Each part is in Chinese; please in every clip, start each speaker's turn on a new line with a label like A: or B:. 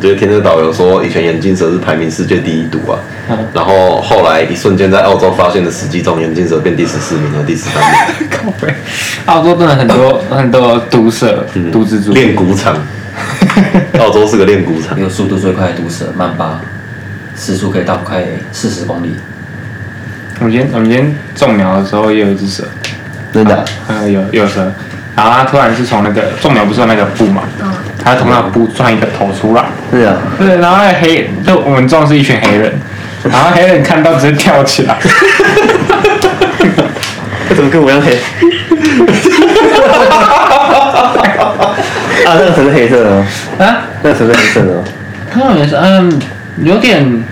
A: 就是天之导游说，以前眼镜蛇是排名世界第一毒啊，
B: 嗯
A: 然后后来一瞬间在澳洲发现的十几种眼镜蛇变第十四名和第十三名，
B: 靠背，澳洲真的很 多很多毒蛇、毒蜘蛛，
A: 练鼓场，澳洲是个练鼓场
C: 没，有速度最快的毒蛇曼巴，时速可以到快四十公里。
B: 我们今天我们今天种苗的时候也有一只蛇，
A: 真的啊、
B: 呃，有有蛇，然后它突然是从那个种苗不是有那个布嘛，它从那个布钻一个头出来，
A: 是啊，
B: 对，然后那个黑就我们种的是一群黑人，然后黑人看到直接跳起来，
D: 哎怎么跟我一样黑？ 啊，那个蛇是黑色的吗？
B: 啊，
D: 那个蛇是黑色的吗？
B: 它好像是嗯有点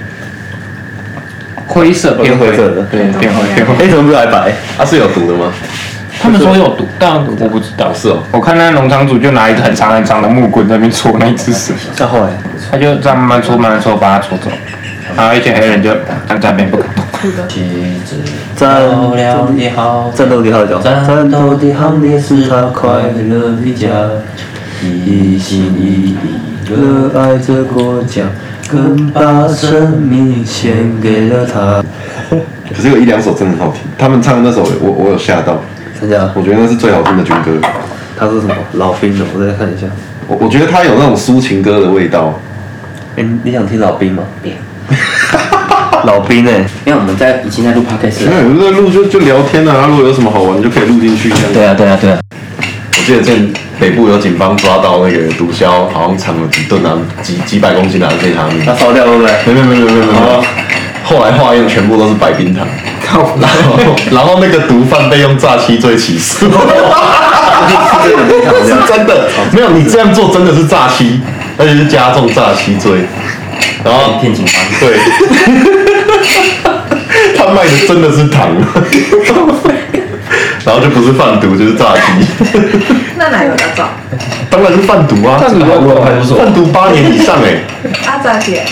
B: 灰色变
D: 哦是灰色的
B: 对，变灰变灰。
D: 哎，怎么比我还白？
A: 它啊是有毒的吗？
B: 他们说有毒，但我不知道。
A: 是哦
B: 我看那农场主就拿一个很长很长的木棍在那边戳那只蛇，
D: 那后来，
B: 他就这样慢慢戳，慢慢戳，把它戳走。然后一群黑人就站在那边不敢动。
C: 妻子，
D: 战
C: 照料你好，
D: 战斗的号角，
C: 战斗的行列是他快乐的家，一心一意热
D: 热爱这国家，更把生命献给了他。
A: 可是有一两首真的很好听，他们唱的那首我我有吓到，
D: 等一下，
A: 我觉得那是最好听的军歌，
D: 他说什么？老兵的，我再看一下。
A: 我我觉得它有那种抒情歌的味道，
D: 哎、你你想听老兵吗？
C: 变。
D: 老兵哎、
C: 因为我们在已经在录 podcast
A: 没
C: 了。
A: 有有在录就就聊天啊，如果有什么好玩就可以录进去这样。
C: 对啊，对啊，对啊。
A: 我记得之前北部有警方抓到那个毒枭，好像藏了几吨啊，几几百公斤的安非他命。
D: 他烧掉会不会？
A: 没没没没没没没。后来化验全部都是白冰糖，然后然后那个毒贩被用诈欺罪起诉，是真的，没有你这样做真的是诈欺，而且是加重诈欺罪，然后
C: 骗警方
A: 对， 他卖的真的是糖， 然后就不是贩毒就是诈欺。
E: 那哪个照？
A: 当然是贩毒啊，
B: 贩毒要关派出所
A: 贩毒八年以上哎、
E: 阿扎姐，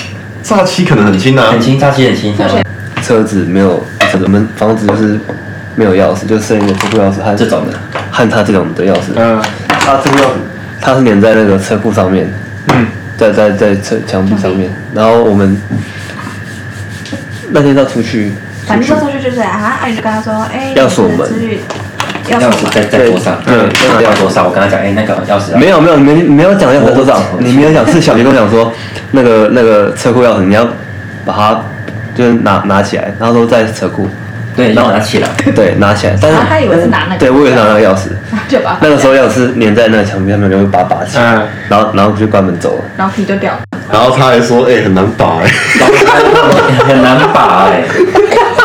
A: 诈欺可能很轻啊
C: 很，轻，扎起很轻，扎起
D: 车子没有，车子我们房子就是没有钥匙，就剩一个车库钥匙和
C: 这种的，
D: 和他这种的钥匙。
B: 嗯
D: 他这个钥匙，它是粘在那个车库上面，
B: 嗯，
D: 在在在车墙壁上面。然后我们那天要出去，
E: 反正那时候就是啊，阿姨就跟他说，哎，
D: 要锁门
E: 你是资历，要
C: 钥
E: 锁
C: 匙在
E: 门，
C: 在桌上，
D: 对
C: 对，那个要桌上。我跟他讲，哎，那个钥匙啊
D: 嗯没有没有，你没你没有讲要合作账
C: 我，
D: 你没有讲是小杰跟我讲说，那个那个车库钥匙你要把它就是拿拿起来，然后说在车库，
C: 对，让我拿起来。
D: 对，拿起来。但是
E: 啊他以为是拿那个
D: 对我以为是拿那个钥匙，
E: 就把
D: 那个时候钥匙粘在那个墙壁上面，然后就把它拔起来，
B: 嗯
D: 然后然后就关门走了。
E: 然后皮就掉，
A: 然后他还说，哎、很难打哎、
C: 很难把哎、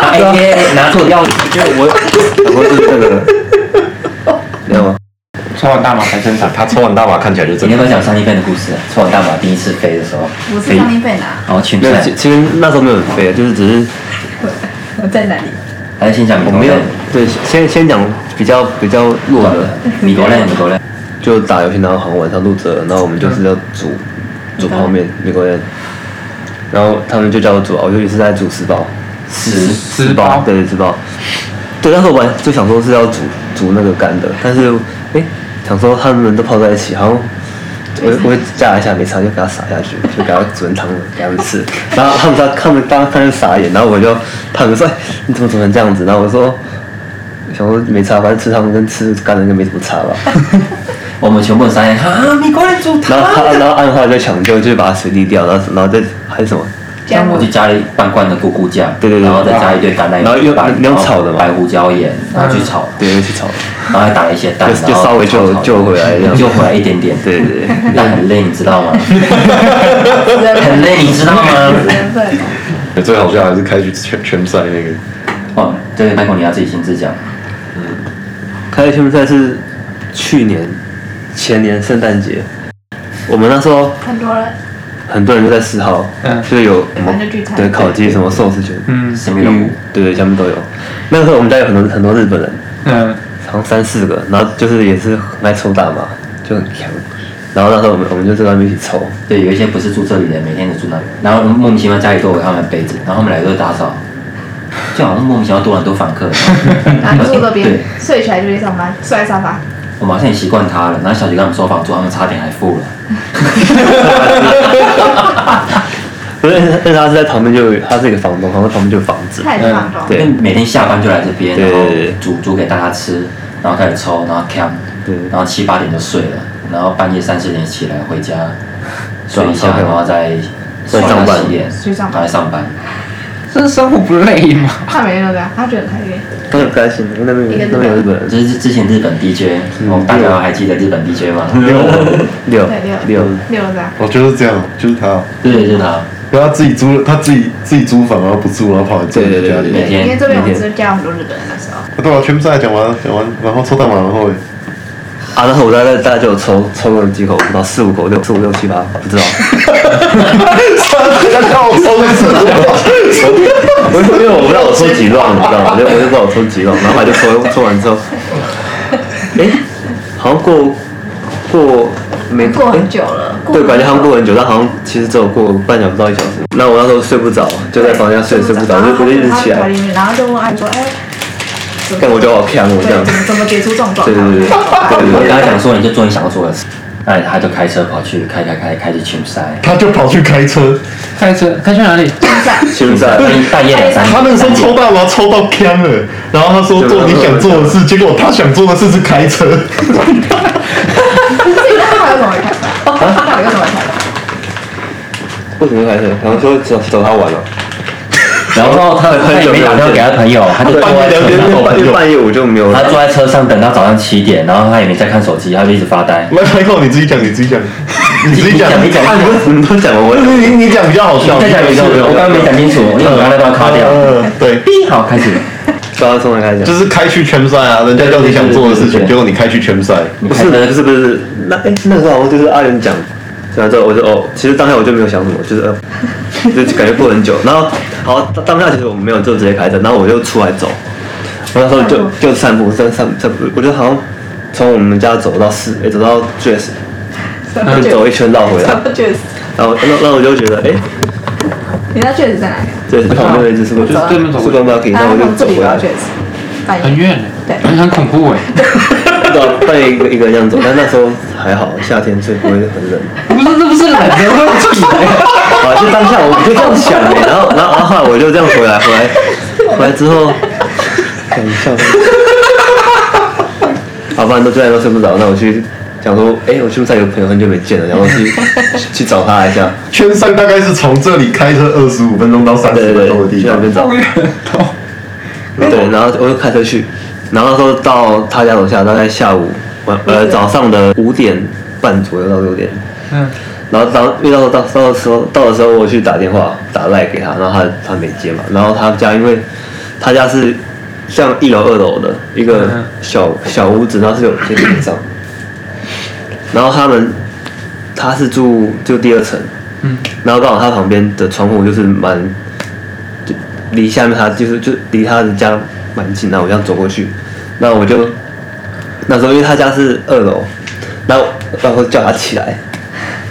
C: 哎、欸，拿错钥匙
D: 因为我 想说就是那个，你知道吗？
B: 抽完大麻才正常。
A: 他抽完大麻看起来就
C: 你
A: 真
C: 有没有讲上一辈的故事、啊？抽完大麻第一次飞的时候，
E: 我是张一贝拿，
C: 然后去
D: 没有，
C: 在
D: 其其实那时候没有很飞，就是只是
E: 我在哪里？
C: 还是先讲米
D: 我
C: 国
D: 没有
C: 人，
D: 对，先先讲比较比较弱的，
C: 米国人，米国人，
D: 就打游戏，然后好像晚上录制了，然后我们就是要煮煮泡面，美国人，然后他们就叫我煮啊，我就一次在煮十包，
C: 十
D: 十包，对对十包，对，但是我本来就想说是要煮煮那个干的，但是哎想说他们都泡在一起，好像。我我会加一下没差，就给他撒下去，就给他煮成汤了，给他们吃。然后他们他他们当他们傻眼，然后我就他们说、哎你怎么煮成这样子？然后我说想说没差，反正吃汤跟吃干的应该没什么差吧。
C: 我们全部人傻眼，哈，米国人煮
D: 然后
C: 汤，
D: 他，然后暗号就抢救，就是把它水滴掉，然后然后再还是什么，
E: 加
C: 我
E: 入
C: 就加了一半罐的咕咕酱，
D: 对对对
C: 然后再加一堆橄榄油，
D: 然后用用炒的嘛
C: 白胡椒盐，然后去炒，
D: 对，又去炒，
C: 然后还打了一些蛋，
D: 就就
C: 然后
D: 稍微
C: 炒
D: 救
C: 炒
D: 救回来这样。
C: 救回来一点点，
D: 对对对，
C: 但很累，你知道吗？
E: 十
C: 很累，你知道吗？
E: 缘分，
A: 的。最好笑还是开去圈圈赛那个，
C: 哦，对，Michael，你要自己亲自讲。
D: 开的天幕赛是去年前年圣诞节，我们那时候
E: 很多人
D: 很多人就在四号，
B: 嗯
D: 就是有什么
E: 反正就聚餐
D: 对烤鸡什么寿司卷，
B: 嗯
C: 神秘人物，
D: 对对，下面都有。那个时候我们家有很多很多日本人，
B: 嗯，
D: 好像三四个，然后就是也是很爱抽大麻，就很强。然后那时候我们我们就在外面一起抽，
C: 对，有一些不是住这里的，每天都住那里，然后莫名其妙家里都有他们的杯子，然后他们来都打扫，就好像莫名其妙多了很多访客。
E: 拿住那
C: 对
E: 边，睡起来就去上班，睡在沙发，
C: 我们好像也习惯他了，然后小姐跟他们收房租，他们差点还付了。
D: 不是，但是他是在旁边就有，他是一个房东，然后旁边就有房子，
E: 太棒了。
D: 对
C: 因为每天下班就来这边，
D: 对
C: 然
D: 对
C: 后
D: 对对
C: 煮煮给大家吃，然后开始抽，然后 cam，
D: 对
C: 然后七八点就睡了，然后半夜三四点起来回家睡一
D: 上
C: 下，
D: 班
C: 然后再
D: 再上班
C: 洗脸，
E: 去上
C: 然
E: 班
C: 后再上班。
B: 这生活不累吗？
E: 他每天都这样，他觉得很开心。
D: 他很开心，因为那边
E: 一
D: 有
E: 个日
D: 那
E: 本
D: 边有日本人，
C: 就是之前日本 DJ，我大家还记得日本 DJ 吗？
D: 六
E: 对，六
D: 六，
E: 六这样，
F: 我哦就是这样，就是他，
C: 对，就是他，
F: 因为他自己租，他自己自己租房，然后不住，然后跑来住人家里。
C: 每
E: 对，
C: 天
E: 因为这边我们是加很多日本人的时候，
F: 对啊，全部在讲完，讲完，然后抽大麻，然 后
D: 啊，那时候我大概大概就有抽抽了几口，不知道四五口六四五六七八，不知 道。
F: 大家看我抽的是什么？
D: 我因为我不知道我抽几浪，你知道吗？我就我就不知道我抽几浪，然后他就抽抽完 之后，哎、好像过过没
E: 过
D: 诶
E: 很久了。
D: 对，感觉好像过很久，但好像其实只有过半小时到一小时。那我那时候睡不着，就在房间睡睡不着，就我就一直起来，，
E: 然后就问阿姨说：“哎，
D: 但我就好看我这样
E: 对，
D: 子
E: 怎。么怎么解除这种状态？”
D: 对对对对对
C: 我跟
D: 对对
C: 他讲说你就做你想要做的事，那他就开车跑去开开开开去群赛，
F: 他就跑去开车，
B: 开车开去哪里？
D: 对，现在
C: 半夜两三点。
F: 他那个时候抽大麻抽到呛了，然后他说做你想做的事，结果他想做的事是开车。
E: 自己他有什么看法？他有什么看法？
D: 为什么开车？然后说找找他玩了，
C: 然后他的朋友没打电话给他朋友，他就坐在车上等
D: 半夜半夜我啊就没有
C: 他坐在车上等到早上七点，然后他也没在看手机，他就一直发呆。
F: 来，Michael，你自己讲，你自己讲，你自己讲，
C: 你讲
D: 啊，你不是你都讲了，我
F: 你你讲比较好笑。
C: 再讲一次，我刚刚没讲清楚，因为我刚才把它卡掉。
F: 呃，对，
C: 好，开始。
D: 抓他从哪开始讲
F: 就？是开去圈赛啊，人家叫你想做的事情，结果你开去圈赛。
C: 你
D: 不
C: 开
D: 是
C: 车
D: 不是不是，那哎、那个时候好像就是阿元讲，讲完之后我就哦，其实当下我就没有想什么，就是、呃、 就感觉过很久，然后好当当下其实我们没有就直接开车，然后我就出来走，我那时候就就散步散散散步，我觉得好像从我们家走到市，哎、走到 Dress，就走一圈绕回来，
E: 确实，
D: 然后那那我就觉得哎，
E: 你那确实在哪里？
D: 这、是旁边有一只是不
B: 就是对面走过去
D: supermarket，那
E: 他
D: 我就
E: 从这
D: 走
E: 里
D: 回来
E: 到，确实，半
B: 很
E: 夜。
B: 远呢，
E: 对
B: 很很恐怖哎。
D: 到半夜一个一个这样走，但那时候还好，夏天所以不会很冷。
B: 不是，这不是懒的问题欸。
D: 啊，就当下我就这样想的，然后然后然后后来我就这样回来，回来回来之后，看一下，好，不然都这样都睡不着，那我去想说，哎、我去不在有朋友很久没见了，然后去去找他一下，
F: 圈赛大概是从这里开车二十五分钟到三
D: 对
F: 十分
D: 对
F: 钟的
D: 对，
F: 地
D: 去那
F: 方。
D: 边找，对，然后我就开车去，然后那时候到他家楼下，大概下午晚呃早上的五点半左右到六点，
B: 嗯，
D: 然后当遇到到到的时候到的时候，我去打电话打赖给他，然后他他没接嘛，然后他家因为他家是像一楼二楼的一个
B: 嗯
D: 小小屋子，然后是有一些顶上，然后他们他是住就第二层，
B: 嗯，
D: 然后刚好他旁边的窗户就是蛮就离下面他就是就离他的家蛮近，那我这样走过去，那我就那时候因为他家是二楼，然后然后叫他起来，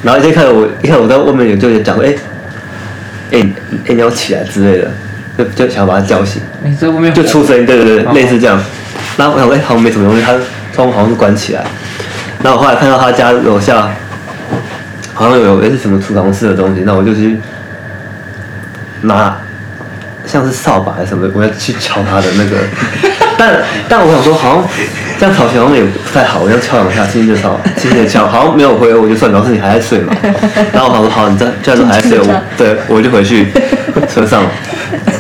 D: 然后就看我一看我在外面有就有讲说，哎、哎、你哎、你要起来之类的，就就想把他叫醒，
B: 你在外面
D: 就出声，对对对，
B: 哦
D: 类似这样。然后我想，哎、好像没什么东西，他窗户好像是关起来。然后我后来看到他家楼下好像有类哎似什么储藏室的东西，那我就去拿像是扫把还是什么，我要去敲他的那个。 但但我想说，好像这样敲起来好像也不太好，我要敲两下，轻轻就敲，轻轻的敲，好像没有回我就算了，老师你还在睡嘛？然后我想说，好，你这这样说还在睡，我对我就回去车上，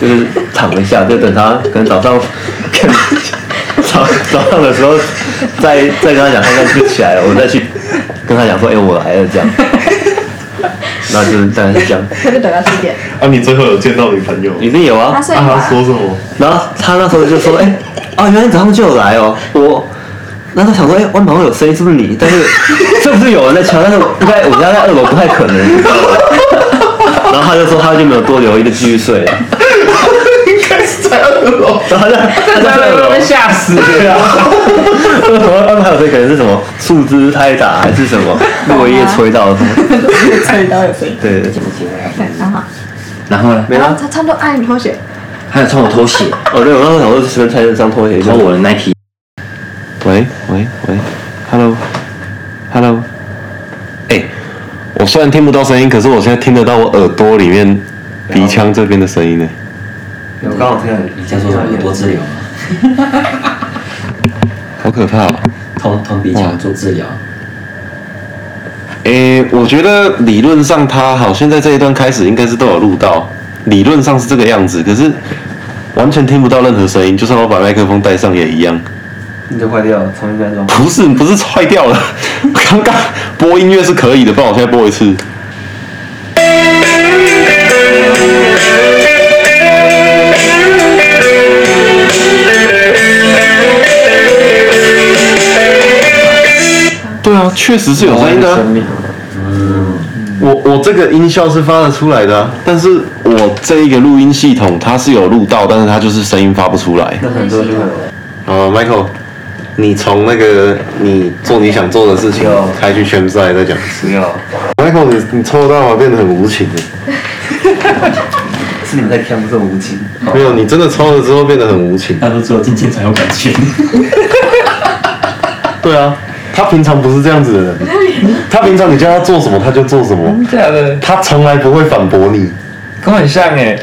D: 就是躺一下，就等他可能早上。可能早早上的时候再再跟他讲，他应该就起来了，我再去跟他讲说，哎、我来了这样。那就是大概是这样，
E: 他就等到七点，
F: 啊，你最后有见到女朋友？
D: 一定有啊。
E: 他睡
F: 啊，他
E: 完，
F: 说什么？
D: 然后他那时候就说：“哎、啊，原来你早上就有来哦。”我那时候想说：“哎、我好像有声音，是不是你？”但是 是不是有人在敲？但是我应该我家在二楼，不太可能，你知道吗？ 然后他就说他就没有多留，一就继续睡了。
F: 应该是在二楼。
D: 然后他在他在二楼，
B: 吓死
D: 对 啊。为什么安排有这可能是什么树枝拍打还是什么落叶吹到什么？
E: 吹到有声音。
D: 对，
C: 节目结尾
E: 对，然后，
C: 然后呢？
D: 没
E: 然
D: 啦
E: 后。他他就按拖鞋，
C: 还有穿我拖鞋，
D: 哦，对，我那时候想说随便穿一双拖鞋就
C: 穿。我的 Nike。
D: 喂喂喂，Hello Hello，哎、我
A: 我虽然听不到声音，可是我现在听得到我耳朵里面鼻腔这边的声音呢。
D: 我刚好听到你
C: 你在说什么？耳朵治疗吗？
A: 好可怕、哦！
C: 通通鼻腔做治疗，
A: 诶、哎我觉得理论上它好，现在这一段开始应该是都有录到，理论上是这个样子，可是完全听不到任何声音，就算我把麦克风戴上也一样。
D: 你就坏掉了，重新再装。
A: 不是，不是坏掉了， 刚刚播音乐是可以的，不然我现在播一次。对啊，确实是有声音的啊、
B: 生命
A: 我我这个音效是发得出来的、啊，但是我这一个录音系统它是有录到，但是它就是声音发不出来。
D: 那很多就会有
A: 呃，Michael，你从那个你做你想做的事情
D: 有
A: 开去圈赛再讲。
D: 不要，
A: Michael，你你抽到我变得很无情耶
D: 是你们在看，不是我无情。
A: 没有，你真的抽了之后变得很无情。
C: 他都只有进阶才有感情。
A: 对啊，他平常不是这样子的人，他平常你叫他做什么他就做什么，
B: 假的，
A: 他从来不会反驳你。
B: 跟我很像 哎，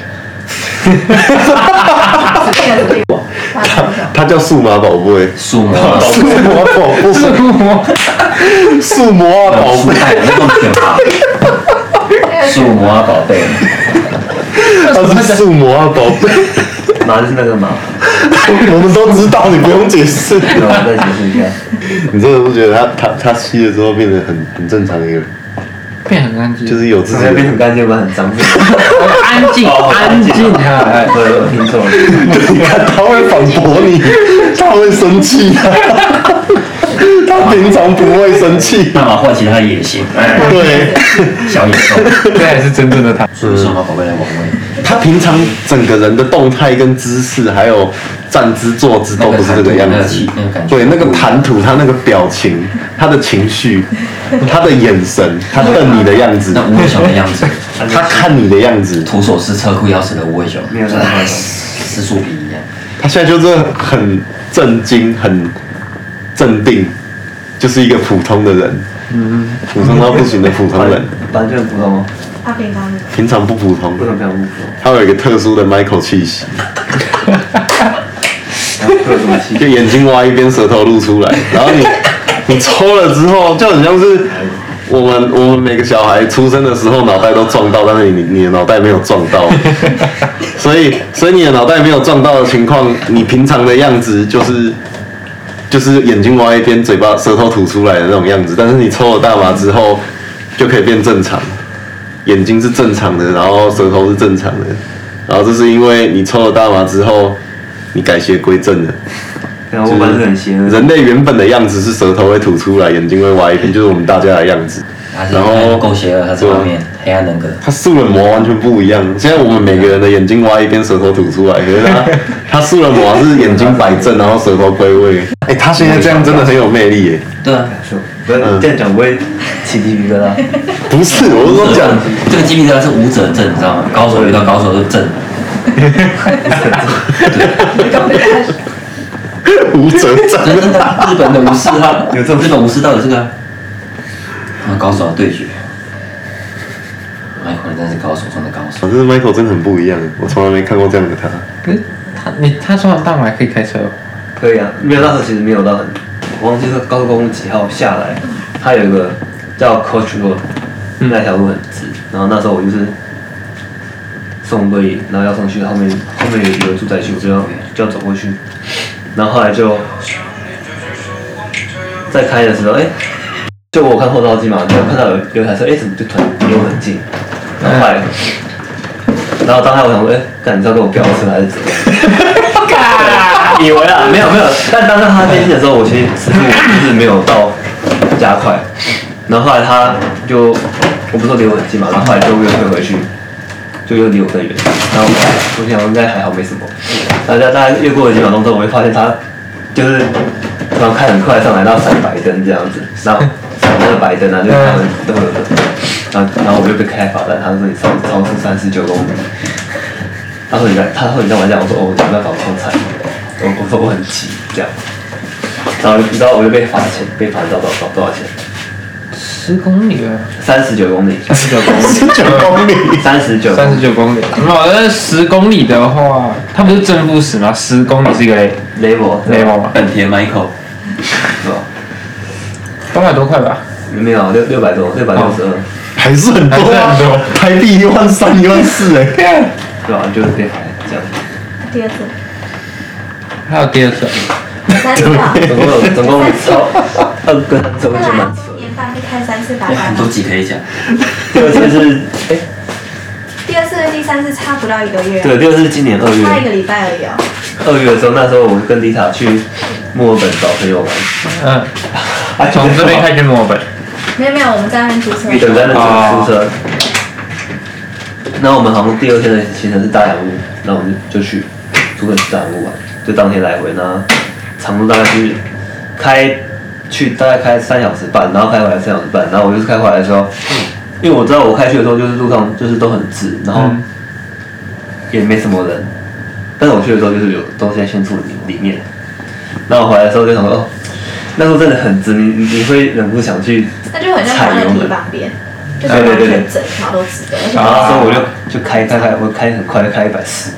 A: 他叫数码宝贝，
C: 数模啊，
A: 数码宝贝，数码宝
C: 数
A: 贝，
C: 代那么可怕。数模啊，
A: 哦
C: 宝贝，
A: 他是数码宝贝。
D: 麻就是那个麻，
A: 我们都知道，你不用解释。
D: 对吧？再解 释一下。
A: 你真的不觉得他他他吸了之后变得很很正常的一个人，
B: 变很安静，
A: 就是有自己
D: 这边
A: 的
D: 很干净，不然很脏。
B: 安静，安静啊！
D: 哎，对，我听错 了。
A: 你看他会反驳 你，他会生气、啊，他平常不会生气。
C: 那么唤起他的野心，哎，
A: 对，
C: 小野兽，
B: 这才是真正的他。
C: 所以数码宝贝来玩味，
A: 他平常整个人的动态跟姿势，还有站姿坐姿都不是这个样
C: 那个
A: 子
C: 谈吐那个气那个感。觉
A: 对，那个谈吐，他那个表情，他的情绪，他的眼神，他瞪你的样子，
C: 那无尾熊的样子，
A: 他看你的样子，
C: 徒手撕车库钥匙的无尾熊，
D: 没有
C: 就
D: 那
C: 是
D: 么
C: 它
D: 夸张
C: 撕树皮一样。
A: 他现在就是很震惊、很镇定，就是一个普通的人，
C: 嗯
A: 普通到不行的普通人，
D: 反正就很普通哦，
E: 他平常
A: 平常不普通
D: 不，能非常不普通。
A: 他有一个特殊的 Michael 气息，
D: 然后各种气，
A: 就眼睛挖一边，舌头露出来，然后你你抽了之后，就很像是。我们我们每个小孩出生的时候脑袋都撞到，但是你你的脑袋没有撞到，所以所以你的脑袋没有撞到的情况，你平常的样子就是就是眼睛歪一边，嘴巴舌头吐出来的那种样子，但是你抽了大麻之后就可以变正常，眼睛是正常的，然后舌头是正常的，然后这是因为你抽了大麻之后，你改邪归正了。
D: 然后我本身很邪恶，
A: 人类原本的样子是舌头会吐出来，眼睛会歪一边，就是我们大家的样子。
C: 他是
A: 然
C: 他
A: 后
C: 够邪恶，他这方面黑暗人格。
A: 他素人魔完全不一样。现在我们每个人的眼睛歪一边，舌头吐出来，可是 他他素人魔是眼睛摆正，然后舌头归位。哎、他现在这样真的很有魅力耶！
C: 对啊，
D: 是不是你这样讲不会起鸡皮疙瘩？
A: 不是，我是说 讲
C: 这个鸡皮疙瘩是舞者症，你知道吗？高手遇到高手都 震。
A: 吴哲长
C: 真的，日本的武士他有这日本武士道有这个啊，啊高手的对决。Michael 你真是高手中的高手，
A: 反正 Michael 真的很不一样，我从来没看过这样的他。
B: 可是他你他说大麻还可以开车哦，
D: 可以啊，没有那时候其实没有到很，我忘记是高速公路几号下来，它有一个叫 Coach Road，那条路很直，然后那时候我就是送队，然后要送去后面后面有有住宅区，我就要就要走过去，然后后来就在开的时候，哎、就我看后照镜嘛，然后看到有有一台车，哎、怎么就突然离我很近，然后后来，然后当下我想说，哎、干你知道跟我飙车还是怎么样？ 以为啊， 没有没有，但当时他飞机的时候，我其实时速就是没有到加快，然后后来他就我不是说离我很近嘛，然后后来就又退回去，就又离我更远，然后我我想应该还好没什么，然后大大概越过了几秒钟之后，我会发现他就是突然开很快上来，然后闪白灯这样子，然后闪那个白灯啊，就是他们都有的，然后然后我就被开罚单，他说你超超速三十九公里。他说你在，他说你在玩这样，我说哦，我在搞空彩，我我说我很急这样，然后你知道我就被罚钱，被罚到多少多少钱？
B: 十公里了，
D: 三十九公里，
B: 三十九公里，
A: 十九公里，
D: 三十九，
B: 三十九公里。那那十公里的话，它不是正负十吗？十公里是一个
D: level
B: level 吗？
C: 本田 Michael，
D: 啊是吧？
B: 八百多块吧。
D: 没有六六百多，六百六十
B: 哦
D: 二，
A: 还是很多、
B: 还是
A: 啊，
B: 很多
A: 台币一万三、一万四哎、
D: 对吧？就是这样这样，
E: 第二次，
B: 还有第二次，
E: 三次吧，
D: 总共有总共有超二跟总共
E: 对
D: 就蛮
E: 啊，一年半就开三次打
C: 有哎很
E: 板
C: 多，集可以讲。
D: 第二次是哎，
E: 第二次和第三次差不到一个月，
D: 对，第二次是今年二
E: 差一个
D: 月，
E: 礼拜而已哦。
D: 二月的时候，那时候我跟迪塔去墨尔本找朋友玩，啊
B: 嗯，从这边开始墨尔本，
E: 没有没有，我们在那边租车，
D: 对，在那个宿舍。那我们好像第二天的行程是大洋路，那我们就去竹本去大洋路玩，就当天来回。那长度大概是开去大概开三小时半，然后开回来三小时半，然后我就是开回来的时候，因为我知道我开去的时候就是路上就是都很直，然后
B: 嗯
D: 也没什么人，但是我去的时候就是有都在新宿里里面。那我回来的时候就想说，哦，那时候真的很直，你你你会忍不住想去
E: 那就很像
D: 踩
E: 玩的
D: 油
E: 地
D: 门。
E: 板边，就是
D: 对对
E: 完
D: 对对
E: 全整条都直的，而且
D: 然后那时候我
E: 因
D: 就就开开开，我开很快，就开一百四。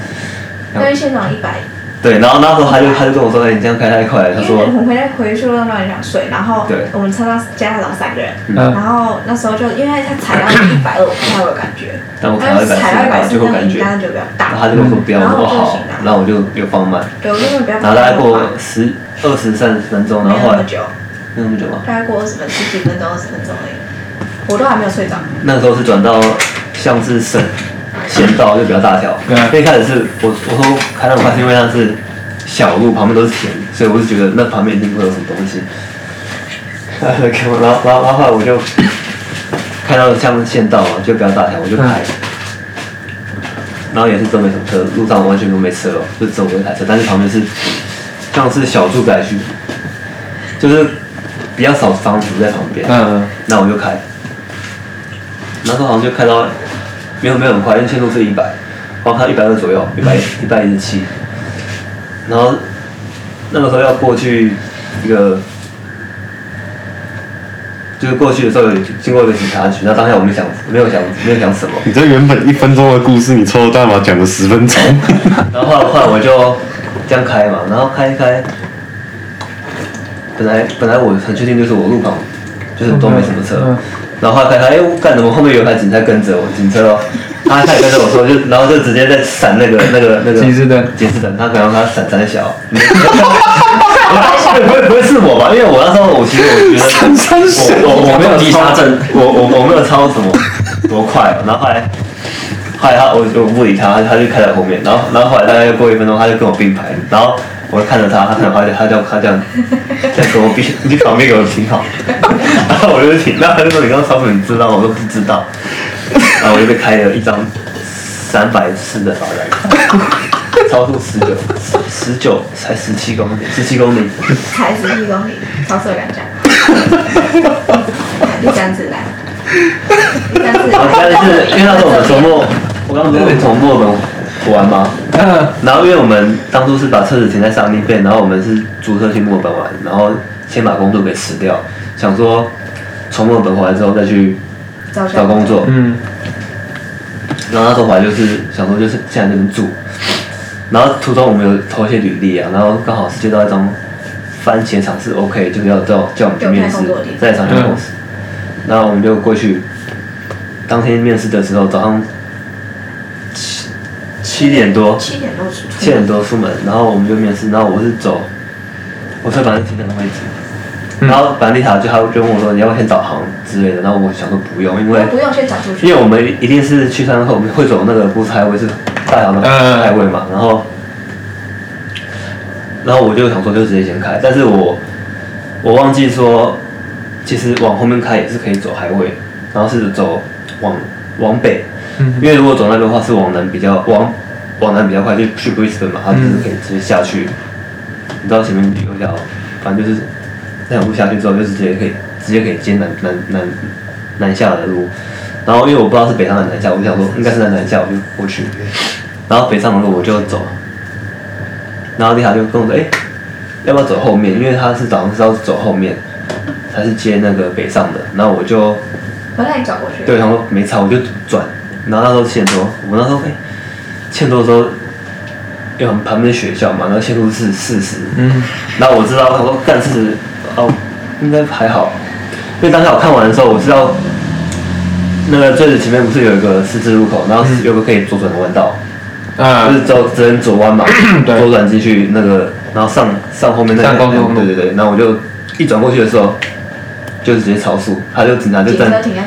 E: 为现场一百，
D: 对，然后那时候他就他就跟我说：“哎、你这样开太快了。”他
E: 因为
D: 说
E: 我们回来回去路上都很想睡，然后
D: 对
E: 我们车上加上三个人，
B: 嗯
E: 然后那时候就因为他踩到一百二，我不太会有感觉，
D: 但我踩
E: 然
D: 到
E: 后
D: 140
E: 踩到一百
D: 就
E: 四，
D: 会有
E: 那
D: 感
E: 你
D: 觉
E: 压力就比较：“大
D: 然后，他就跟我说不要。”我
E: 然后
D: 说：“
E: 我就
D: 好
E: 醒。”
D: 然
E: 了，
D: 后我就又放慢，
E: 对，我根本不要
D: 然后大概过
E: 没
D: 十二十三十分钟，然
E: 有
D: 后后
E: 那么
D: 来
E: 久，
D: 没有那么久吗？
E: 大概过二十分十几分钟，二十分钟而已，我都还没有睡着。
D: 那时候是转到像是省县道就比较大条，
B: 对啊
D: 因为一开始是我我说开那么快是因为那是小路旁边都是田，所以我就觉得那旁边一定会有什么东西。 然后然后然后后来我就开到像县道嘛，就比较大条，我
B: 嗯
D: 就开。然后也是都没什么车，路上完全都没车哦，就只有我一台车，但是旁边是像是小住宅区，就是比较少房子在旁边。
B: 嗯，
D: 那我就开，那时候好像就开到没有没有很快，因为限速是一百，然后开到一百二左右，一百一百一十七，然后那个时候要过去一个，就是过去的时候有经过一个警察局，那当下我没想没有想没有想什么，
A: 你这原本一分钟的故事，你抽大麻讲了十分钟，
D: 然后后来后来我就这样开嘛，然后开一开，本来本来我很确定就是我路旁就是都没什么车，
B: 嗯
D: 然后后来开开，哎、我干怎么后面有一台警车跟着我，警车 哦，他他也跟着我说就然后就直接在闪那个那个那个
B: 警示灯
D: 警示灯，他可能他闪闪 得小。不会不会是我吧？因为我那时候我其实我觉得我我我没有超正，我我我没有超什么多快，然后后来后来他我就不理他，他就开在后面，然后然后后来大概过一分钟，他就跟我并排，然后我看着他，他看着他就他就他这样这样跟我比， 你旁边给我停好， 然后我就停，然后他就说你刚刚超速，你知道吗？我说不知道，然后我就被开了一张三百四的罚单，超速十九十九才十七公里，十七公里。
E: 才十一公里，超速两站。 第三次来，第三次
D: 然后但是因为那时候我们周末，我刚刚不是从墨尔本玩吗？然后因为我们当初是把车子停在上面边，然后我们是租车去墨尔本玩，然后先把工作给辞掉，想说从墨尔本回来之后再去
E: 找
D: 找工作。
B: 嗯，
D: 然后那时候回来就是想说就是现在这边住，然后途中我们有投一些履历啊，然后刚好是接到一张番茄厂是 OK，就是要叫叫我们去面试
E: 有开工作的地方，
D: 在长江公司，然后我们就过去，当天面试的时候早上七七点多，
E: 七点多出，
D: 七点多出门，然后我们就面试，然后我是走，我车本来是停在那位置，
B: 嗯
D: 然后反正丽塔就他就问我说你要不要先导航之类的，然后我想说不用，因为
E: 不用先转出去，
D: 因为我们一定是去山后，我们会走那个不是海位，是大洋的
B: 嗯
D: 海位嘛。然后，然后我就想说，就直接先开，但是我我忘记说，其实往后面开也是可以走海位，然后是走往往北，
B: 嗯
D: 因为如果走那边的话是往南比较往往南比较快，就去 Brisbane 嘛，它就是
B: 嗯
D: 可以直接下去。你知道前面有一条，反正就是那条路下去之后，就是直接可以直接可以接南南南南下的路。然后因为我不知道是北上还是南下，我就想说应该是在南下，我就过去。然后北上的路我就走，然后丽塔就跟我说：“哎、要不要走后面？因为他是早上是要走后面。”他是接那个北上的，然后我就
E: 回来你转过去。
D: 对，我想说没差，我就转。然后那时候七点多，我那时候哎，七点多的时候，因为我们旁边是学校嘛，然后线路是四十，嗯，然后我知道，我说干四十，哦，应该还好，因为当下我看完的时候，我知道那个最前面不是有一个十字路口，然后是有个可以左转的弯道，就
B: 嗯，
D: 是，走只能左弯嘛
B: 对
D: 左转进去那个，然后上上后面那个
B: 上高速公路
D: 对对对，然后我就一转过去的时候，就直接超速，他就警察就
E: 停车
D: 站
E: 停在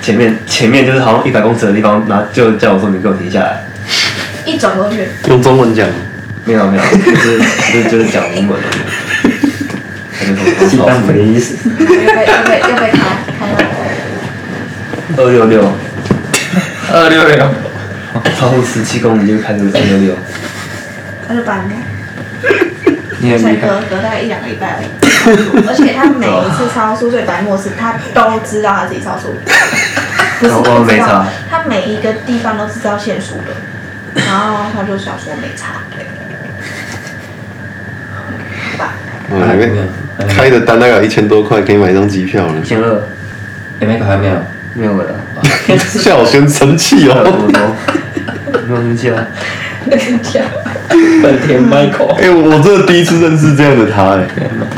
E: 前
D: 前
E: 面，
D: 面前面就是好像一百公尺的地方，然后就叫我说你给我停下来，
E: 一转过去，
A: 用中文讲，
D: 没有 没有，就是就是就是讲英文的，他就
C: 鸡
D: 说
C: 蛋没意思。
E: 又被又被又被开开到。
D: 二六六，
B: 二六六，
D: 超过十七公里就开始二六六，
E: 他就搬开，
B: 你很
E: 才
B: 厉害
E: 隔，隔大概一两个礼拜而已。而且他每一次超速最白目的是，他都知道他自己超速，不是
D: 哦
E: 不知
D: 没
E: 道
D: 差，
E: 他每一个地方都知道限速的，然后他就想说没差。吧，
A: 嗯，那个开的单大概有一千多块，可以买一张机票了
D: 一。千二
C: 也没搞哎还没有，
D: 没有了，
A: 夏小轩生气
D: 还有
A: 哦。
D: 多多， 没有生气啊，
C: 半天 Michael
A: 哎、我真的第一次认识这样的他、哎，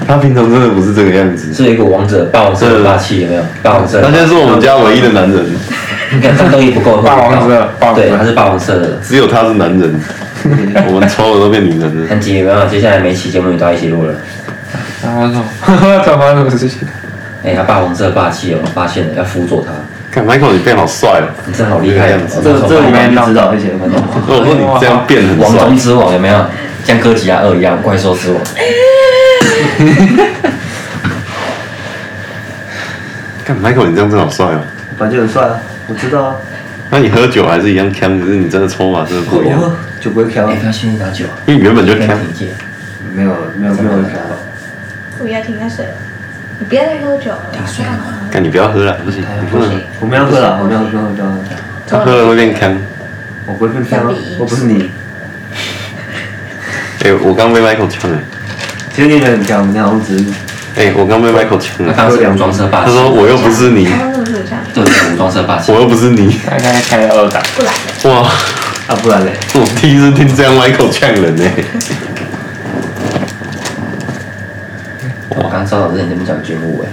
A: 他平常真的不是这个样子。
C: 是一个王者，霸王之的霸气有没有？霸王色，
A: 他现在是我们家唯一的男人，
C: 你看战斗力不 够，
B: 霸王色霸王色
C: 对，他是霸王色的。
A: 只有他是男 人，我们超的都变女人了。
C: 安吉，没办法，接下来每一期节目你都要一起录了。
B: 然后说，怎么了？事情？
C: 哎、他霸王色霸气有没有发现了？要辅佐他，
A: 看 Michael，你变好帅哦！
C: 你真的好厉害
A: 这
C: 哦
A: 个样！子
D: 这
C: 这
D: 这我们知道，谢谢观众。
A: 我说你这样变很
C: 王
A: 帅
C: 中，之王有没有？像哥吉拉二一样，怪兽之王。
A: 看 Michael，你这样真的好帅哦。
D: 反正很帅啊，我知道啊，
A: 那你喝酒还是一样呛，可是你真的抽嘛，真的
D: 我
A: 不一样，
D: 我就不会挑
C: 哎、，不要轻易拿酒，
A: 因为你原本就呛。
C: 挺戒。
D: 没有没有没有挑，
E: 不要停在水，你不要再喝酒了，
C: 水了吗
A: 看你不要喝了，不行，你哎不
E: 不
A: 能
E: 行，
D: 我们要喝了，我们要喝喝喝，
A: 他喝了会变呛。
D: 我不会变挑，啊我不是你，
A: 哎、我刚被 Michael 呛了，
D: 其实你很挑，你好像只是
A: 哎、我刚被 Michael 呛
C: 他
A: 了。
C: 刚刚是武装色霸
A: 他
C: 气，
A: 说我又不是 你，
E: 他是不是这样？
C: 对，是武装色霸气
A: 我。又不是你，
B: 开开开二档，
E: 不然
A: 哇！
D: 啊，不然嘞，
A: 我第一次听这样 Michael 呛人欸呢、
C: 我刚刚稍早之前你这边讲军武哎、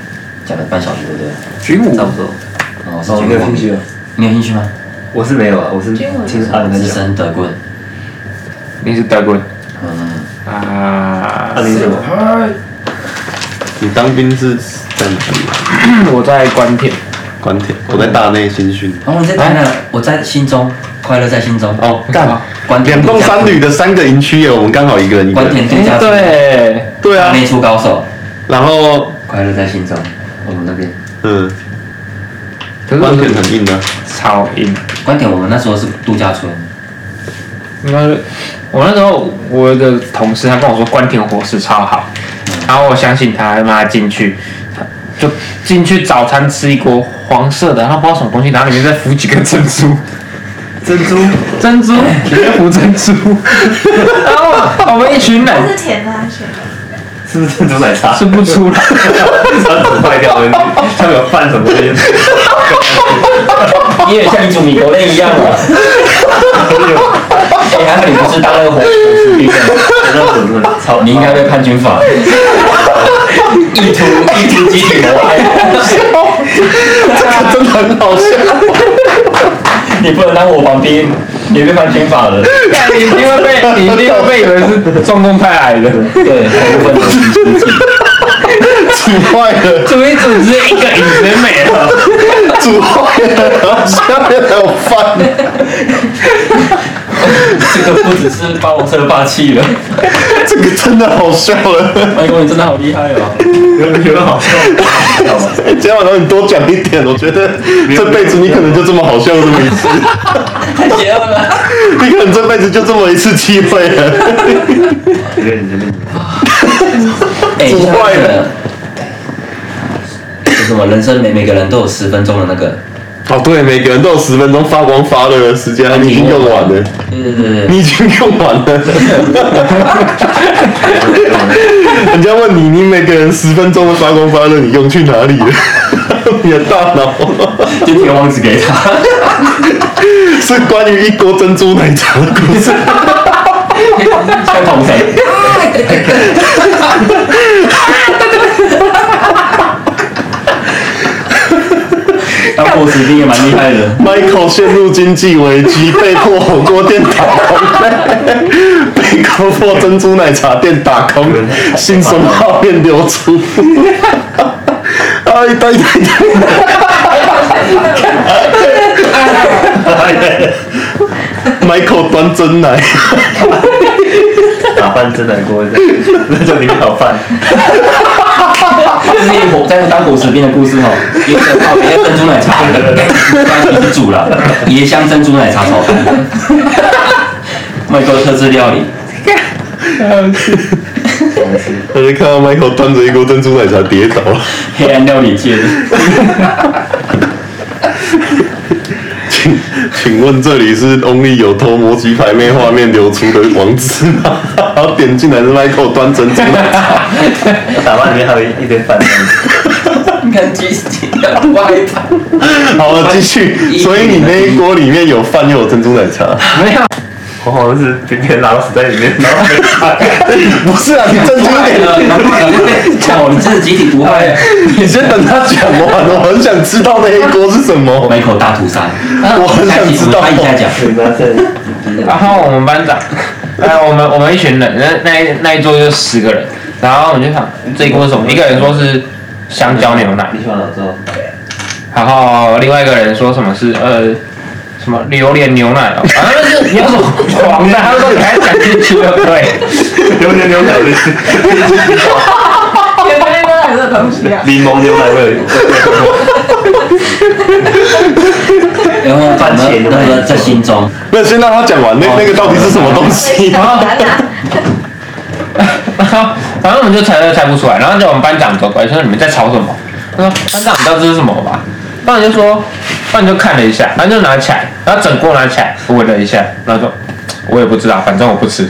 C: 讲了半小时对不对？
B: 军武
D: 差不多。
C: 哦，是
D: 哦，
C: 军
D: 你有
C: 武。
D: 兴趣啊？
C: 你有兴趣吗？
D: 我是没有啊，我是
E: 军武
D: 听阿伦在
C: 资
D: 讲。
C: 深德棍。
B: 你是德国人
C: 嗯，
B: 啊
D: 阿？林什么？
A: 你当兵是在哪里啊？
B: 我在关田，
A: 关田，我在大内新训。
C: 然后哦我在台南，我在心中，快乐在心中。
A: 哦，干，
C: 关田
A: 两栋三旅的三个营区耶，我们刚好一个人一个
C: 关田
A: 人。
C: 度假
B: 哎
C: 村，
B: 对，
A: 对啊，
C: 内出高手，
A: 然后
C: 快乐在心中。我们那边
A: 嗯，
B: 可是
A: 关
B: 我
A: 田
B: 是
A: 很硬啊，
B: 超硬。
C: 关田，我们那时候是度假村，
B: 应该是我那时候我的同事他跟我说关田伙食超好，然后我相信他，他妈进去，他就进去早餐吃一锅黄色的，然后不知道什么东西，然后里面再浮几根珍珠，
D: 珍珠？
B: 珍珠里面浮珍珠， 然后我们一群
E: 他
B: 人
E: 是甜的还是咸的？
D: 是不是珍珠奶茶？
B: 吃不出来，
D: 肠子坏掉了，他们有饭什么的，
C: 你也像一组米国人一样 啊。哎，还好你不是当那个伙食兵，
D: 那种真的超
C: 你应该被判军法。意图意图激起我爱，
A: 真的很好笑。
C: 你不能当我旁兵，你被判军法了。
B: 你一定会被你一定会被以为是中共派 来的，
C: 对，大部分都是
A: 煮坏了，
B: 煮一煮只一个影子没了，
A: 煮坏了，下面还有饭。
C: 这个不只是霸王色霸气了，
A: 这个真的好笑了。
C: 麦克哎你真的好厉害哦！
D: 有有好笑，好吧？
A: 今天晚上你多讲一点，我觉得这辈子你可能就这么好笑这么一 次，
C: 太邪恶了。
A: 你可能这辈子就这么一次机会了。
D: 你认真认真，
C: 哎，
A: 煮坏了
C: 就像那个。就什么人生每每个人都有十分钟的那个
A: 哦，对，每个人都有十分钟发光发热的时间，你已经用完了，
C: 对对对对，
A: 你已经用完了。人家问你，你每个人十分钟的发光发热，你用去哪里了？ 你的大脑
C: 就贴网址给他，
A: 是关于一锅珍珠奶茶的故事，
C: 像同谁？当 boss 一定也蛮厉害的。
A: Michael 陷入经济危机，被迫火锅店打工，被迫破珍珠奶茶店打工，新生号变流出。 哎，对对对，Michael 端真奶，
D: 打扮真奶锅这样，那叫领导饭。
C: 这是一伙在那当伙食兵的故事哦，有人泡别的珍珠奶茶，帮你煮 了椰香珍珠奶茶炒饭，麦克特制料理，
A: 我就看到 Michael 端着一锅珍珠奶茶跌倒了，
C: 黑暗料理界的，
A: 请请问这里是 Only 有偷摸鸡排妹画面流出的网址吗？然后点进来是 Michael 端珍珠奶茶。
D: 打扮里面还有一堆饭这样子，
C: 你看鸡鸡要外盘，
A: 好了，继续。所以你那一锅里面有饭又有珍珠奶茶，
B: 没有，
D: 我好像是被别人拉到死在里面，然后被打
A: 不是啊，你珍珠
C: 坏
A: 点，
C: 了，哎难怪哦，你这是集体毒害，
A: 你先等他讲完，我很想知道那一锅是什么。
C: 麦克大屠杀，
A: 我很想知道
C: 他一下讲，
D: 嘴巴在
B: 然后我们班长，哎，我们我们一群人，那那一那一桌就十个人，然后我们就想这一锅是什么？一个人说是香蕉牛奶，
D: 地方老周，
B: 然后另外一个人说什么是呃什么榴莲牛奶哦，反正就是你要说黄的，他就说你还讲进去了，对，
D: 榴莲牛奶味，
E: 原来原来有这个东 西啊！
D: 柠檬牛奶味，
C: 然后
D: 番茄牛奶
C: 那个在心中，
A: 那先让他讲完，那
B: 哦
A: 那个到底是什么东 西？
E: 难啊！
B: 然后然后我们就猜都猜不出来，然后就我们班长走过来说你们在吵什么？他说班长你知道这是什么吧？班长就说，班长就看了一下，然后就拿起来，然后整锅拿起来闻了一下，然后说我也不知道，反正我不吃。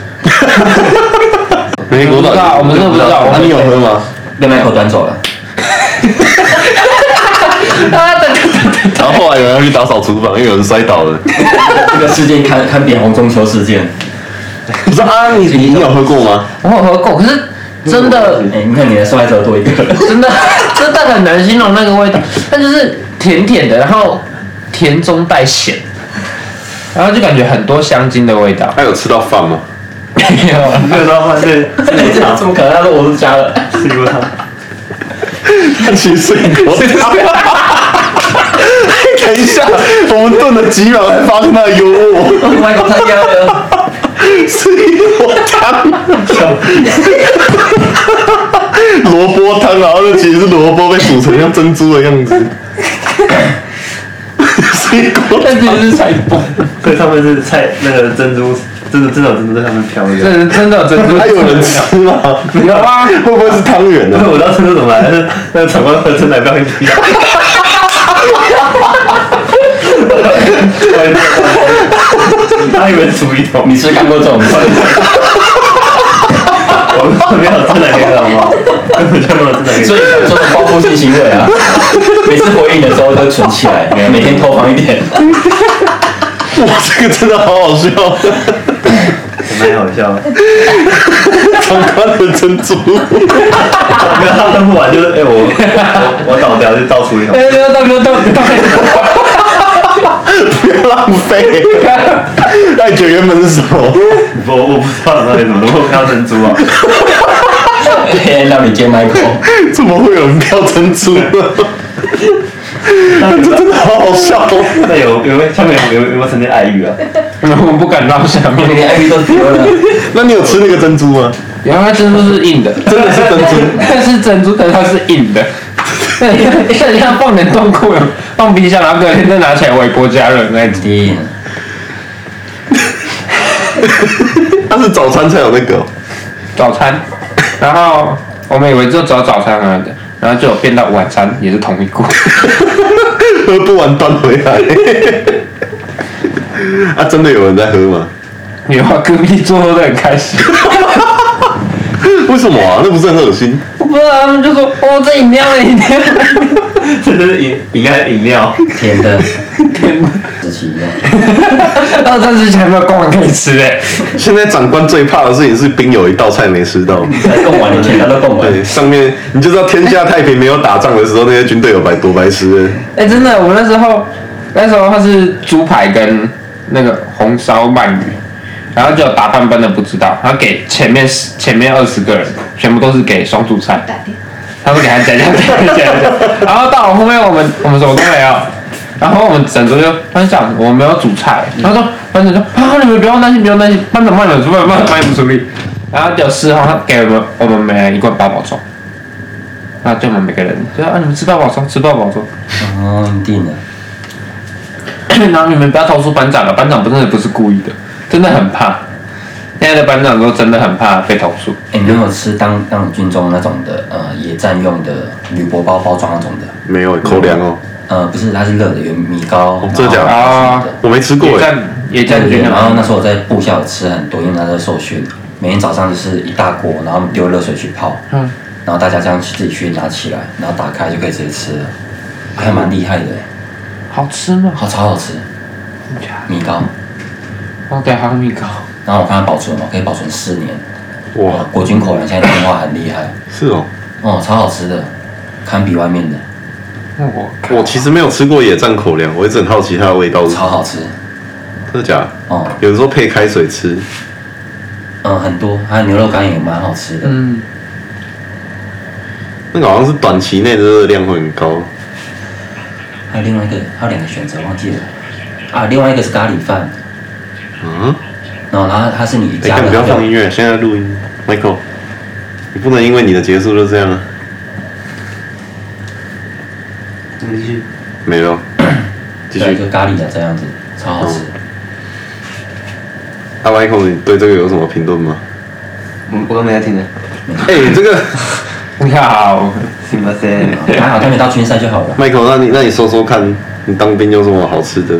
A: 那一锅到底
B: 我们真的不知道我们真的不
A: 那你有喝
B: 知道
A: 吗？
C: 被麦克端走了，
A: 然后后来有人要去打扫厨房，因为有人摔倒了。
C: 这个事件堪堪比红中秋事件。
A: 我说啊，你你有喝过吗？
B: 我有喝过，可是真的
C: 哎、你看你的受害者多 一个，
B: 真的真的很难形容那个味道，它就是甜甜的，然后甜中带咸，然后就感觉很多香精的味道。
A: 他有吃到饭吗？
B: 没有，
D: 没有到饭是
C: 哎这怎么可能？他说我是加了，
D: 吃过汤，
A: 他其实 是国汤。等一下，我们顿了几秒才发现他的幽默。
C: 麦克他加了，
A: 是我汤，萝卜汤，然后那其实是萝卜被煮成像珍珠的样子。水果
B: 但其实是菜包，
D: 对，上面是菜那个珍珠，真的真的有珍珠在上面飘着。
B: 真的真的有珍珠，
A: 还有人吃吗？
B: 有啊，
A: 会不会是汤圆呢？
D: 我知道珍珠怎么来，但是那个长官喝真奶不要一滴。他以为是厨一桶，
C: 你是看过这种
D: 我没有真奶可以好吗？根本就没有真奶可以
C: 所以你做的报复性行为啊？每次回应的时候都存起来，每天偷放一点。
A: 哇，这个真的好好笑！
D: 蛮好笑的。
A: 长官的珍珠，
D: 没有，他们不玩就是，哎、我我我倒掉就倒厨一桶。
B: 对对对对对对，
A: 不要浪费。 那你觉得原本是什 么？
D: 我我不知道到底怎么，我看到珍珠啊，
C: 黑暗料理界 Michael，
A: 怎么会有人掉珍 珠呢？这真的好好笑哦！
D: 那有有没有下面有有有没有曾经爱欲啊？
B: 我们不敢到下面。
C: 连艾米都丢了，
A: 那你有吃那个珍珠吗？
B: 原来珍珠是硬的，
A: 真的是珍珠。
B: 但是珍珠，但它是硬的。像像放冷冻库，放冰箱，然后隔天再拿起来微波加热那一种。
C: 第一，
A: 他是早餐才有那个哦、
B: 早餐，然后 我们以为就只有早餐而已，然后就有变到晚餐，也是同一锅。
A: 喝不完端回来。 啊，真的有人在喝吗？
B: 有啊，隔壁桌喝的很开心。
A: 为什么啊？那不是很恶心？
B: 我不知道他们就说哦，这饮料 饮料，
F: 这就是饮应该饮料，
C: 甜的，十七一样。
B: 然后但哦是前面有公园可以吃哎、
A: 现在长官最怕的事情是冰有一道菜没吃到。
C: 才供完，全家都供完。
A: 对，上面你就知道天下太平没有打仗的时候，那些军队有白多白痴。
B: 哎、真的，我那时候那时候他是猪排跟那个红烧鳗鱼，然后就打半班的不知道，然后给前面十前面二十个人，全部都是给双主菜，
E: 打电
B: 他们给他加加加加加，然后到我后面我们我们什么都没有。啊然后我们整桌就班长，我们没有煮菜。他说班长说啊，你们不要担心，不要担心，班长帮你们处理，班长帮你们处理。然后就事后他给我们我们每人一罐八宝粥，然后就我们每个人就说啊，你们吃八宝粥，吃八宝粥。
C: 哦，一定的。
B: 然后你们不要投诉班长了，班长不真的不是故意的，真的很怕。现在的班长都真的很怕被投诉，
C: 哎、你有没有吃当当军中那种的呃野战用的铝箔包包装那种的？
A: 没有口粮哦，
C: 呃，不是，它是热的，有米糕。然后
A: 真的假的
B: 啊
A: 我没吃过
B: 野
A: 哎。
B: 战野
C: 对
B: 战
C: 对对，
B: 军
C: 然后那
B: 啊，
C: 时候我在部校有吃很多，因为那时候受训，每天早上就是一大锅，然后我们丢热水去泡，
B: 嗯，
C: 然后大家这样去自己去拿起来，然后打开就可以直接吃了，还蛮厉害的，
B: 好吃吗？
C: 好超好吃，米糕。
B: 我给哈密糕，
C: 然后我看它保存哦，可以保存四年。
A: 哇，
C: 国军口粮现在变化很厉害，
A: 是哦，
C: 哦，超好吃的，堪比外面的，
B: 我
A: 我其实没有吃过野战口粮，我一直很好奇它的味道是什
C: 超
A: 么，
C: 好吃。
A: 真的假的？
C: 哦，
A: 有人说配开水吃，
C: 嗯，很多，还有牛肉干也蛮好吃的。
B: 嗯，
A: 那个好像是短期内的热量会很高。
C: 还有另外一个，还有两个选择忘记了啊，另外一个是咖喱饭，
A: 嗯，
C: 然后然后它是你
A: 哎、
C: 加
A: 看
C: 的
A: 不要
C: 料
A: 放音乐，现在录音，Michael，你不能因为你的结束就这样啊。没了，继
C: 对，
A: 续。
C: 就咖喱的这样子，超好吃。
A: 那啊 Michael，你对这个有什么评论吗？
D: 我我都没在 听呢，
A: 哎、这个
B: 你好，
D: 行吧，先。
A: 嗯
C: 还好他没到军赛就好了。
A: Michael，那你那你说说看，你当兵有什么好吃的？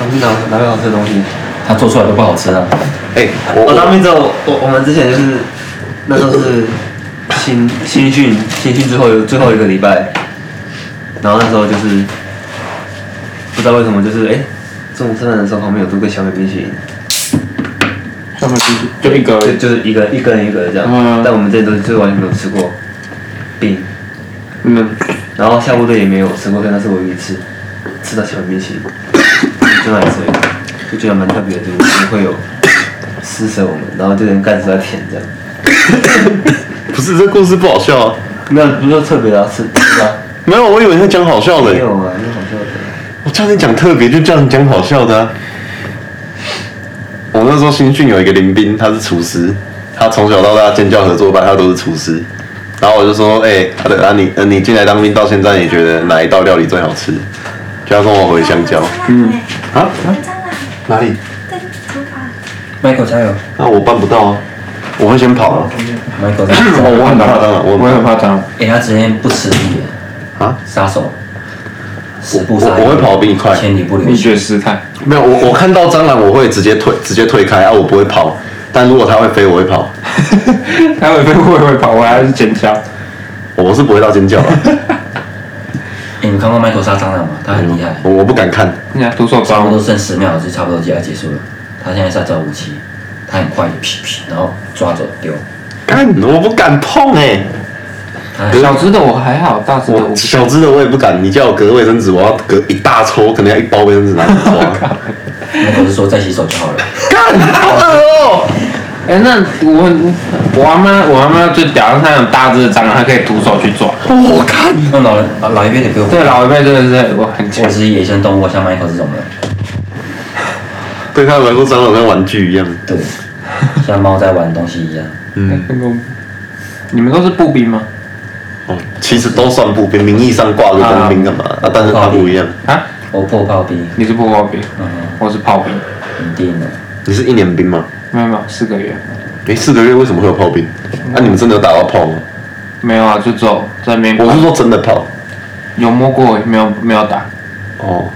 D: 当兵哪哪有好吃的东西？
C: 他做出来都不好吃啊。
A: 哎、我
D: 我当
A: 我
D: 兵之后，我我们之前就是那时候是新新训，新训之后有最后一个礼拜，然后那时候就是不知道为什么就是哎，中午吃饭的时候旁边有多个小美冰淇淋，
B: 他们就一个
D: 就就是一个一个人一个人这样，
B: 嗯
D: 但我们这些都就完全没有吃过冰，
B: 嗯，
D: 然后下部队也没有吃过，所以那是我第一次吃到小美冰淇淋，就那一次而已，就觉得蛮特别的，就是会有施舍我们，然后就连盖子都在舔这样。
A: 不是这故事不好笑、啊，
D: 那不是特别的、 啊，是是啊，
A: 没有，我以为你在讲好笑的、
D: 没有啊，那好笑的。
A: 我叫你讲特别，就叫你讲好笑的啊、我那时候新训有一个林兵，他是厨师，他从小到大尖叫合作班，他都是厨师。然后我就说，哎、他的啊你呃你进来当兵到现在，你觉得哪一道料理最好吃？就他跟我回香蕉
E: 嗯，
A: 啊？
E: 蟑螂
A: 哪里？
E: 在头发，
C: Michael 加油
A: 那我办不到啊，我会先跑啊。
C: ，Michael 加 油！
A: 我很怕蟑螂，
B: 我
A: 我
B: 也很怕蟑螂，
C: 哎、他之前不吃力耶，
A: 啊，
C: 杀手，十步
A: 我
C: 杀一
A: 我会跑比你快
C: 千里不留
B: 灭
C: 行。
B: 绝师太，
A: 没有我我看到蟑螂我会直接退直接退开啊，我不会跑。但如果它会飞，我会跑。
B: 还有一份会会跑，我还是尖叫，
A: 我是不会到尖 叫了，
C: 哎、你看过 Michael 杀蟑螂吗？
A: 哎
C: 他很厉害，
A: 我我不敢看。
B: 你看徒手
C: 差不
B: 招，
C: 多剩十秒就差不多就要结束了。他现在在找武器，他很快，劈劈，然后抓走丢。
A: 干，我不敢碰哎、
C: 他很
B: 小只的我还好，大只的我
A: 我
B: 不
A: 小只的我也不敢，你叫我隔卫生纸，我要隔一大抽，可能要一包卫生纸拿去 抓。
C: Michael 是说再洗手就好了。
A: 干，好恶哦！
B: 哎、那我我阿妈我阿妈最屌，她有大只的蟑螂，她可以徒手去抓。
A: 我看
C: 那老人啊老老一辈的给我，
A: 啊
B: 对，老一辈真的是我很强
C: 我，是野生动物，啊像 Michael 这种人。
A: 对他们来说，蟑螂跟玩具一样。
C: 对，像猫在玩东西一样。
A: 嗯，
B: 很恐怖你们都是步兵吗？
A: 哦，其实都算步兵，名义上挂个工兵干嘛啊？但是他不一样，
B: 啊，
C: 我破炮兵，
B: 你是步炮兵，
C: 嗯，
B: 我是炮兵，
C: 一定的。
A: 你是一年兵吗？
B: 没有没有，四个月
A: 诶，四个月为什么会有炮兵？啊，你们真的有打到炮吗？
B: 没有啊，就走在那边
A: 我是说真的炮，
B: 有摸过，没有没有打，
A: 哦，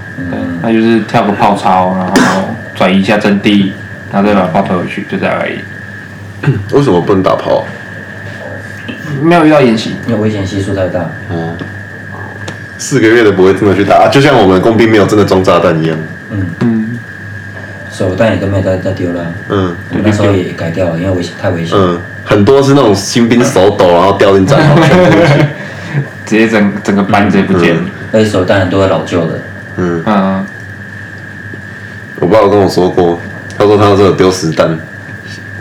B: 那就是跳个泡操，然后转移一下阵地，然后再把炮推回去，就这样而已。
A: 为什么不能打炮？啊
B: 没有遇到演习，
C: 因为危险系数太大。
A: 哦，四个月的不会真的去打，就像我们工兵没有真的装炸弹一样。
B: 嗯，
C: 手弹也都没有再再丢了啊，
A: 嗯
C: 我那时候也改掉了，因为危险太危险。
A: 嗯，很多是那种新兵手抖，然后掉进战壕全部一起。
B: 直接整整个班直接不见了。
C: 而且手弹很多老旧的，
A: 嗯，
B: 嗯，
A: 我爸有跟我说过，他说他那时候有丢实弹，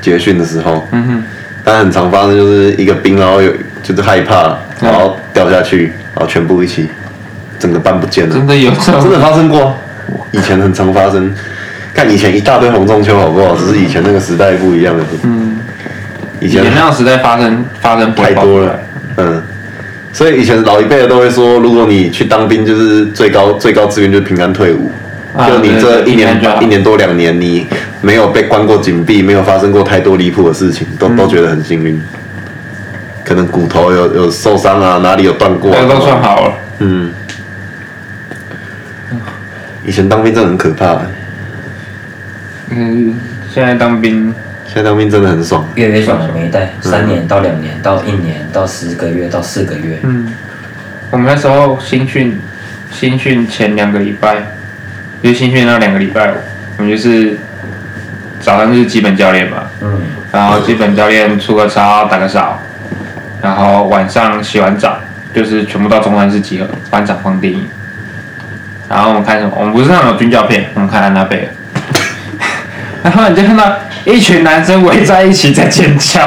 A: 结训的时候，
B: 嗯哼，
A: 但很常发生就是一个兵，然后有就是害怕，然后掉下去，然后全部一起，整个班不见了。
B: 真的有这
A: 真
B: 种，
A: 的发生过，以前很常发生。看以前一大堆红中秋好不好？只是以前那个时代不一样了。
B: 嗯，
A: 以
B: 以前
A: 前
B: 那样时代发生发生不会
A: 太
B: 爆
A: 多
B: 出来
A: 了，嗯。所以以前老一辈的都会说，如果你去当兵，就是最高最高志愿就是平安退伍。
B: 啊
A: 就你这一年
B: 对对平安就好
A: 一年多两年，你没有被关过禁闭，没有发生过太多离谱的事情，都、
B: 嗯
A: 都觉得很幸运。可能骨头有有受伤啊，哪里有断过、啊，
B: 那个都算好了。
A: 嗯，以前当兵真的很可怕、
B: 嗯，现在当兵，
A: 现在当兵真的很爽。
C: 越来越爽的每一代，三年到两年到一年到十个月到四个月，
B: 嗯，我们那时候新训，新训前两个礼拜，就是新训那两个礼拜，我们就是早上就是基本教练嘛，
C: 嗯，
B: 然后基本教练出个操打个扫，然后晚上洗完澡就是全部到中山市集合，班长放电影，然后我们看什么？我们不是那种军教片，我们看安娜贝尔， 然后你就看到一群男生围在一起在尖叫，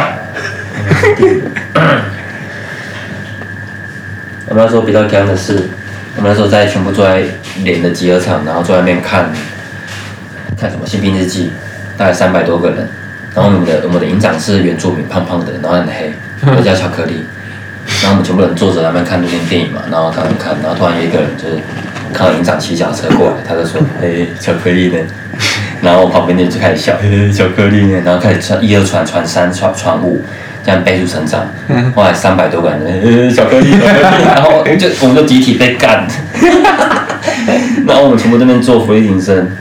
C: 我们那时候比较干的是，我们那时候在全部坐在连的集合场，然后坐在那边看，看什么《新兵日记》，大概三百多个人。然后我们的我们的营长是原住民，胖胖的，然后很黑，他叫巧克力。然后我们全部人坐着在那边看露天电影嘛，然后看看看，然后突然有一个人就是看到营长骑脚车过来，他就说：“嘿，巧克力呢？” 然后我旁边的人就开始笑，嘿，巧克力呢？然后开始传一二传传三传传五，这样倍速成长。后来三百多个人，呃，巧克力，巧克力，然后就我们就集体被干， 然后我们全部这边做福利挺身，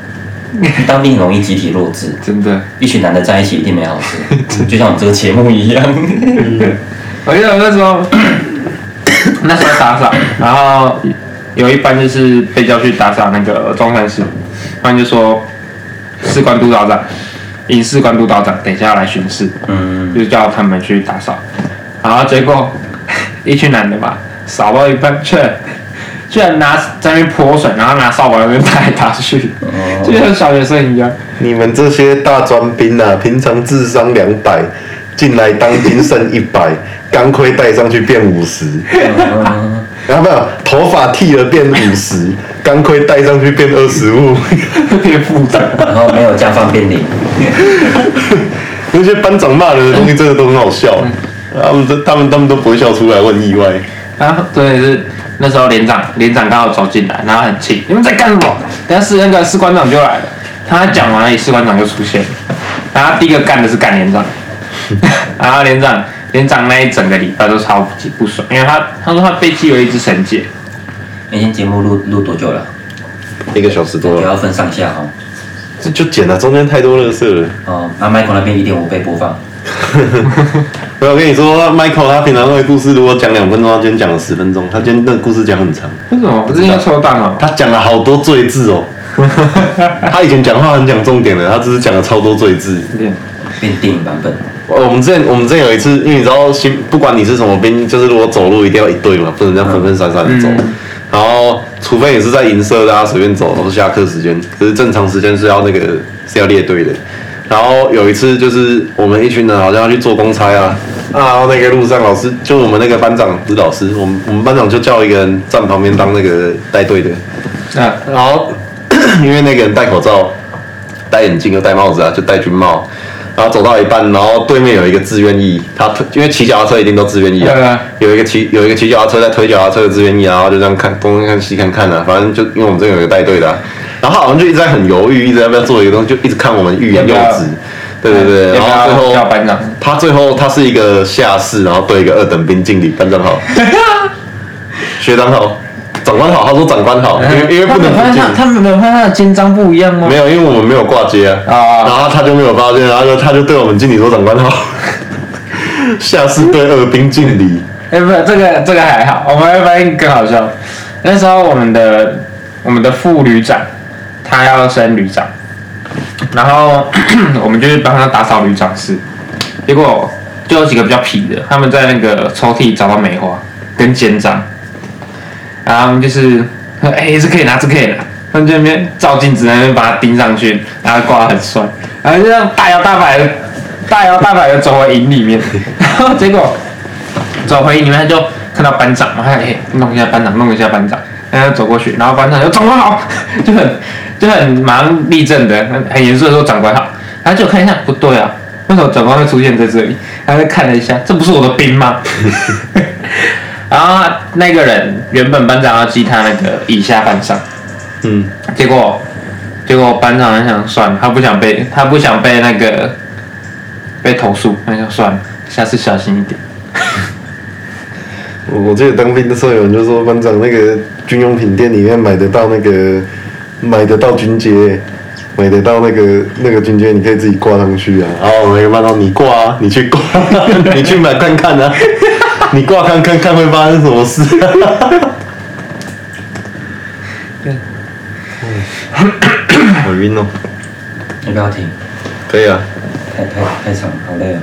C: 当兵很容易集体弱智，
B: 真的。
C: 一群男的在一起一定没好事，就像我们这个节目一样。
B: 我记得我那时候 那时候打扫，然后有一班就是被叫去打扫那个中山市，他们就说士官督导长、营士官督导长等一下来巡视，
C: 嗯，
B: 就叫他们去打扫，然后结果 一群男的吧，扫到一半却。居然拿在那边泼水，然后拿扫把在那边打来打去，就像小学生一样。
A: 你们这些大专兵啊，平常智商两百，进来当兵剩一百，钢盔戴上去变五十，然后没有头发剃了变五十，钢盔戴上去变二十五。
B: 变复杂，
C: 然后没有加放便利，
A: 那些班长骂人的东西真的都很好笑，他们都他们他们都不会笑出来，我很意外。
B: 然后啊对是那时候连长，连长刚好走进来，然后很气，你们在干什么？等下是那个士官长就来了，他讲完了，士官长就出现了，然后他第一个干的是 干连长，然后连长连长那一整个礼拜都超级不爽，因为他他说他被记为一只神戒，
C: 那天节目录录多久了？
A: 一个小时多
C: 不
A: 了，
C: 要分上下哦。
A: 这就剪了，中间太多乐色了。
C: 哦，那 Michael 那边一点五倍播放，
A: 没有，我跟你说，Michael 他平常那个故事如果讲两分钟，他今天讲了十分钟，他今天那个故事讲很长。
B: 为什么？不是应该抽档哦？
A: 他讲了好多罪字哦。他以前讲话很讲重点的，他只是讲了超多罪字。
C: 变电影版本。
A: 我们之前我们之前有一次，因为你知道新，不管你是什么兵，就是如果走路一定要一队嘛，不能这样分分散散的走。然后，除非你是在银色，大啊家随便走，都是下课时间。可是正常时间是要那个是要列队的。然后有一次就是我们一群人好像要去做公差啊，啊然后那个路上老师就我们那个班长不是老师，我们我们班长就叫一个人站旁边当那个带队的。
B: 那
A: 然后 因为那个人戴口罩、戴眼镜又戴帽子啊，就戴军帽。然后走到一半，然后对面有一个自愿意，他推，因为骑脚踏车一定都自愿意
B: 对
A: 啊
B: 啊。
A: 有一个骑有一个骑脚踏车在推脚踏车的自愿意啊，然后就这样看东看看西看看啊，反正就因为我们这边有一个带队的啊、然后他好像就一直在很犹豫，一直在不要做一个东西，就一直看我们欲言又
B: 要不要
A: 止。对对对，然
B: 啊要不
A: 后最
B: 要
A: 后
B: 叫班长？
A: 他最后他是一个下士，然后对一个二等兵敬礼，班长好，学长好，长长官 好，他说长官好，因为因为不能不
B: 他们有发现
A: 进
B: 他。他们没有发现他的肩章不一样吗？
A: 没有，因为我们没有挂接啊，
B: 啊
A: 然后他就没有发现，然后就他就对我们敬礼说长官好， 下次对二兵敬礼。
B: 哎、不，这个这个还好，我们会发现更好笑。那时候我们的我们的副旅长他要升旅长，然后 我们就去帮他打扫旅长室，结果就有几个比较痞的，他们在那个抽屉找到梅花跟肩章，然后他们就是哎、这可以拿，这可以拿。他们就在那边照镜子，在那边把它钉上去，然后挂得很帅，然后就这样大摇大摆的、大摇大摆的走回营里面， 然后结果走回里面，他就看到班长嘛，他哎、弄一下班长，弄一下班长，然后他走过去，然后班长就长官好， 就很就很忙立正的，很很严肃的说长官好，然后就看一下不对啊，为什么长官会出现在这里？他就看了一下，这不是我的兵吗？ 然后那个人原本班长要记他那个以下犯上，
A: 嗯，
B: 结果结果班长很想算了，他不想被他不想被那个被投诉，他就算了，下次小心一点。
A: 我我记得当兵的时候，有人就说班长那个军用品店里面买得到那个买得到军阶，买得到那个那个军阶，你可以自己挂上去啊。然后我那个班长你挂啊，你去挂， 你去买看看啊，你挂看看看会发生什么事、啊。好晕哦，
C: 要不要停？
A: 可以啊，啊
C: 太太太长，好累哦。